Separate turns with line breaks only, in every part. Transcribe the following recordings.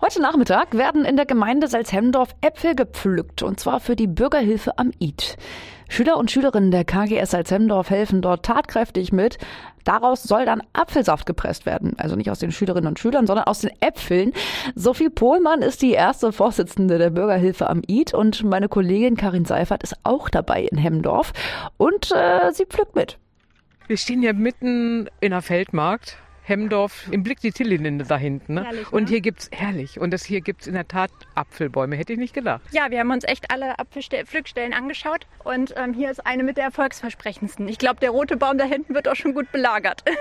Heute Nachmittag werden in der Gemeinde Salzhemdorf Äpfel gepflückt und zwar für die Bürgerhilfe am Id. Schüler und Schülerinnen der KGS Salzhemdorf helfen dort tatkräftig mit. Daraus soll dann Apfelsaft gepresst werden. Also nicht aus den Schülerinnen und Schülern, sondern aus den Äpfeln. Sophie Pohlmann ist die erste Vorsitzende der Bürgerhilfe am Id und meine Kollegin Karin Seifert ist auch dabei in Hemdorf und äh, sie pflückt mit.
Wir stehen ja mitten in der Feldmarkt. Hemdorf, im Blick die Tillinen da hinten. Ne?
Herrlich,
und
ne?
hier gibt's herrlich. Und das hier gibt's in der Tat Apfelbäume. Hätte ich nicht gedacht.
Ja, wir haben uns echt alle Apfelpflückstellen angeschaut und ähm, hier ist eine mit der erfolgsversprechendsten. Ich glaube, der rote Baum da hinten wird auch schon gut belagert.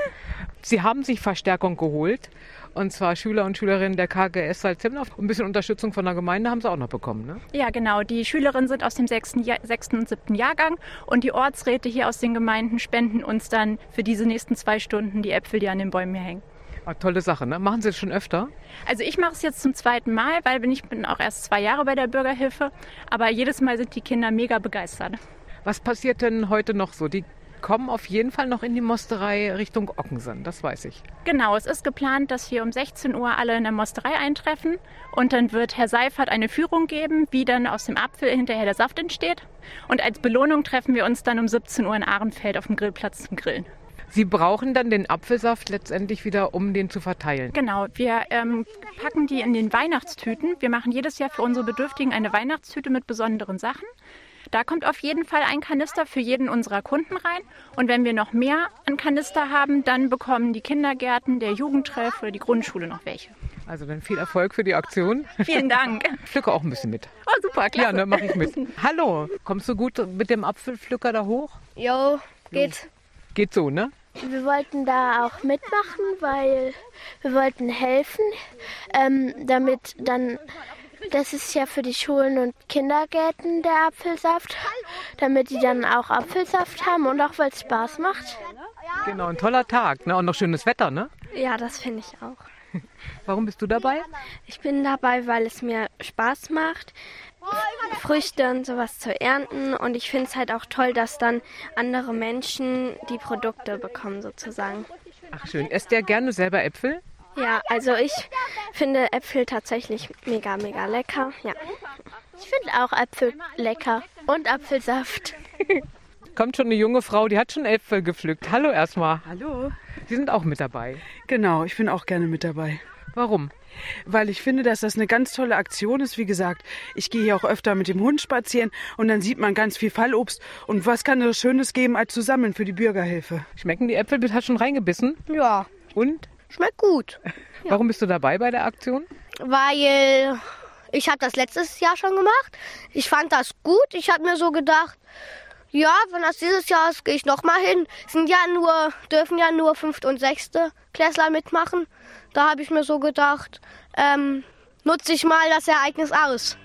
Sie haben sich Verstärkung geholt. Und zwar Schüler und Schülerinnen der KGS Salzhemdorf. Und ein bisschen Unterstützung von der Gemeinde haben sie auch noch bekommen. Ne?
ja, genau. Die Schülerinnen sind aus dem sechsten, Jahr, sechsten und siebten Jahrgang und die Ortsräte hier aus den Gemeinden spenden uns dann für diese nächsten zwei Stunden die Äpfel, die an den Bäumen hier hängen.
Ah, tolle Sache. Ne? Machen sie das schon öfter?
Also ich mache es jetzt zum zweiten Mal, weil bin- ich bin auch erst zwei Jahre bei der Bürgerhilfe. Aber jedes Mal sind die Kinder mega begeistert.
Was passiert denn heute noch so? Die kommen auf jeden Fall noch in die Mosterei Richtung Ockensen. Das weiß ich.
Genau, es ist geplant, dass wir um 16 Uhr alle in der Mosterei eintreffen und dann wird Herr Seifert eine Führung geben, wie dann aus dem Apfel hinterher der Saft entsteht. Und als Belohnung treffen wir uns dann um 17 Uhr in Ahrenfeld auf dem Grillplatz zum Grillen.
Sie brauchen dann den Apfelsaft letztendlich wieder, um den zu verteilen.
Genau, wir ähm, packen die in den Weihnachtstüten. Wir machen jedes Jahr für unsere Bedürftigen eine Weihnachtstüte mit besonderen Sachen. Da kommt auf jeden Fall ein Kanister für jeden unserer Kunden rein. Und wenn wir noch mehr an Kanister haben, dann bekommen die Kindergärten, der Jugendtreff oder die Grundschule noch welche.
Also dann viel Erfolg für die Aktion.
Vielen Dank.
Pflücke auch ein bisschen mit.
Oh, super,
Ja,
klasse.
ne, mach ich mit. Hallo, kommst du gut mit dem Apfelpflücker da hoch?
Jo, geht.
Geht so, ne?
Wir wollten da auch mitmachen, weil wir wollten helfen, ähm, damit dann, das ist ja für die Schulen und Kindergärten der Apfelsaft, damit die dann auch Apfelsaft haben und auch weil es Spaß macht.
Genau, ein toller Tag, ne? Und noch schönes Wetter, ne?
Ja, das finde ich auch.
Warum bist du dabei?
Ich bin dabei, weil es mir Spaß macht, Früchte und sowas zu ernten. Und ich finde es halt auch toll, dass dann andere Menschen die Produkte bekommen, sozusagen.
Ach schön, esst der gerne selber Äpfel?
Ja, also ich finde Äpfel tatsächlich mega, mega lecker. Ja.
Ich finde auch Äpfel lecker und Apfelsaft.
Kommt schon eine junge Frau, die hat schon Äpfel gepflückt. Hallo erstmal.
Hallo.
Sie sind auch mit dabei.
Genau, ich bin auch gerne mit dabei.
Warum?
Weil ich finde, dass das eine ganz tolle Aktion ist. Wie gesagt, ich gehe hier auch öfter mit dem Hund spazieren und dann sieht man ganz viel Fallobst. Und was kann es Schönes geben als zu sammeln für die Bürgerhilfe?
Schmecken die Äpfel? Du hast schon reingebissen.
Ja,
Und?
schmeckt gut,
Warum bist du dabei bei der Aktion?
weil ich habe das letztes Jahr schon gemacht. Ich fand das gut. Ich habe mir so gedacht, ja, wenn das dieses Jahr ist, gehe ich noch mal hin. Sind ja nur dürfen ja nur fünfte und sechste Klässler mitmachen. Da habe ich mir so gedacht, ähm, nutze ich mal das Ereignis aus.